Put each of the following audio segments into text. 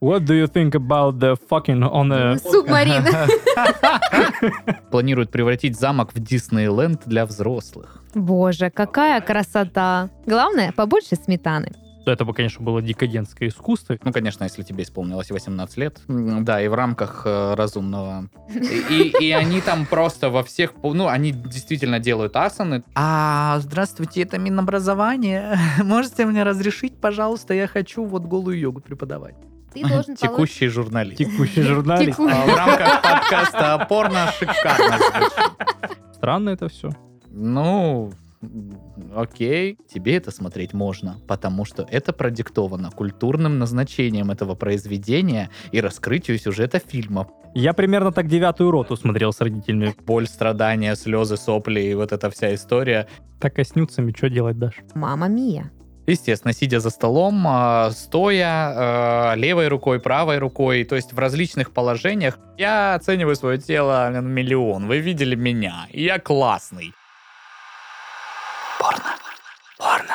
What do you think about the fucking on a... Субмарин. Планируют превратить замок в Диснейленд для взрослых. Боже, какая красота. Главное, побольше сметаны. Это бы, конечно, было декадентское искусство. Ну, конечно, если тебе исполнилось 18 лет. М, Да, и в рамках э, разумного. И, и они там просто во всех... пу- Ну, они действительно делают асаны. А, здравствуйте, это Минобразование. Можете мне разрешить, пожалуйста? Я хочу вот голую йогу преподавать. Ты должен получить... Текущий журналист. Текущий журналист. Теку- А в рамках подкаста «Порно» шикарно звучит. Странно это все. Ну, м, окей, тебе это смотреть можно, потому что это продиктовано культурным назначением этого произведения и раскрытию сюжета фильма. Я примерно так девятую роту смотрел с родителями. Боль, страдания, слезы, сопли и вот эта вся история. Так а коснюцами, что делать, Даш? Мама Мия. Естественно, сидя за столом, а, стоя, э, левой рукой, правой рукой, то есть в различных положениях. Я оцениваю свое тело на миллион. Вы видели меня. Я классный. Порно. Порно.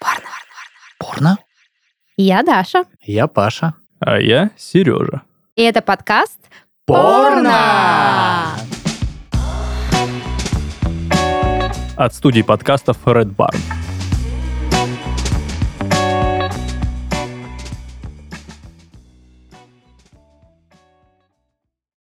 Порно. Порно. Я Даша. Я Паша. А я Сережа. И это подкаст Порно! От студии подкастов Red Barn.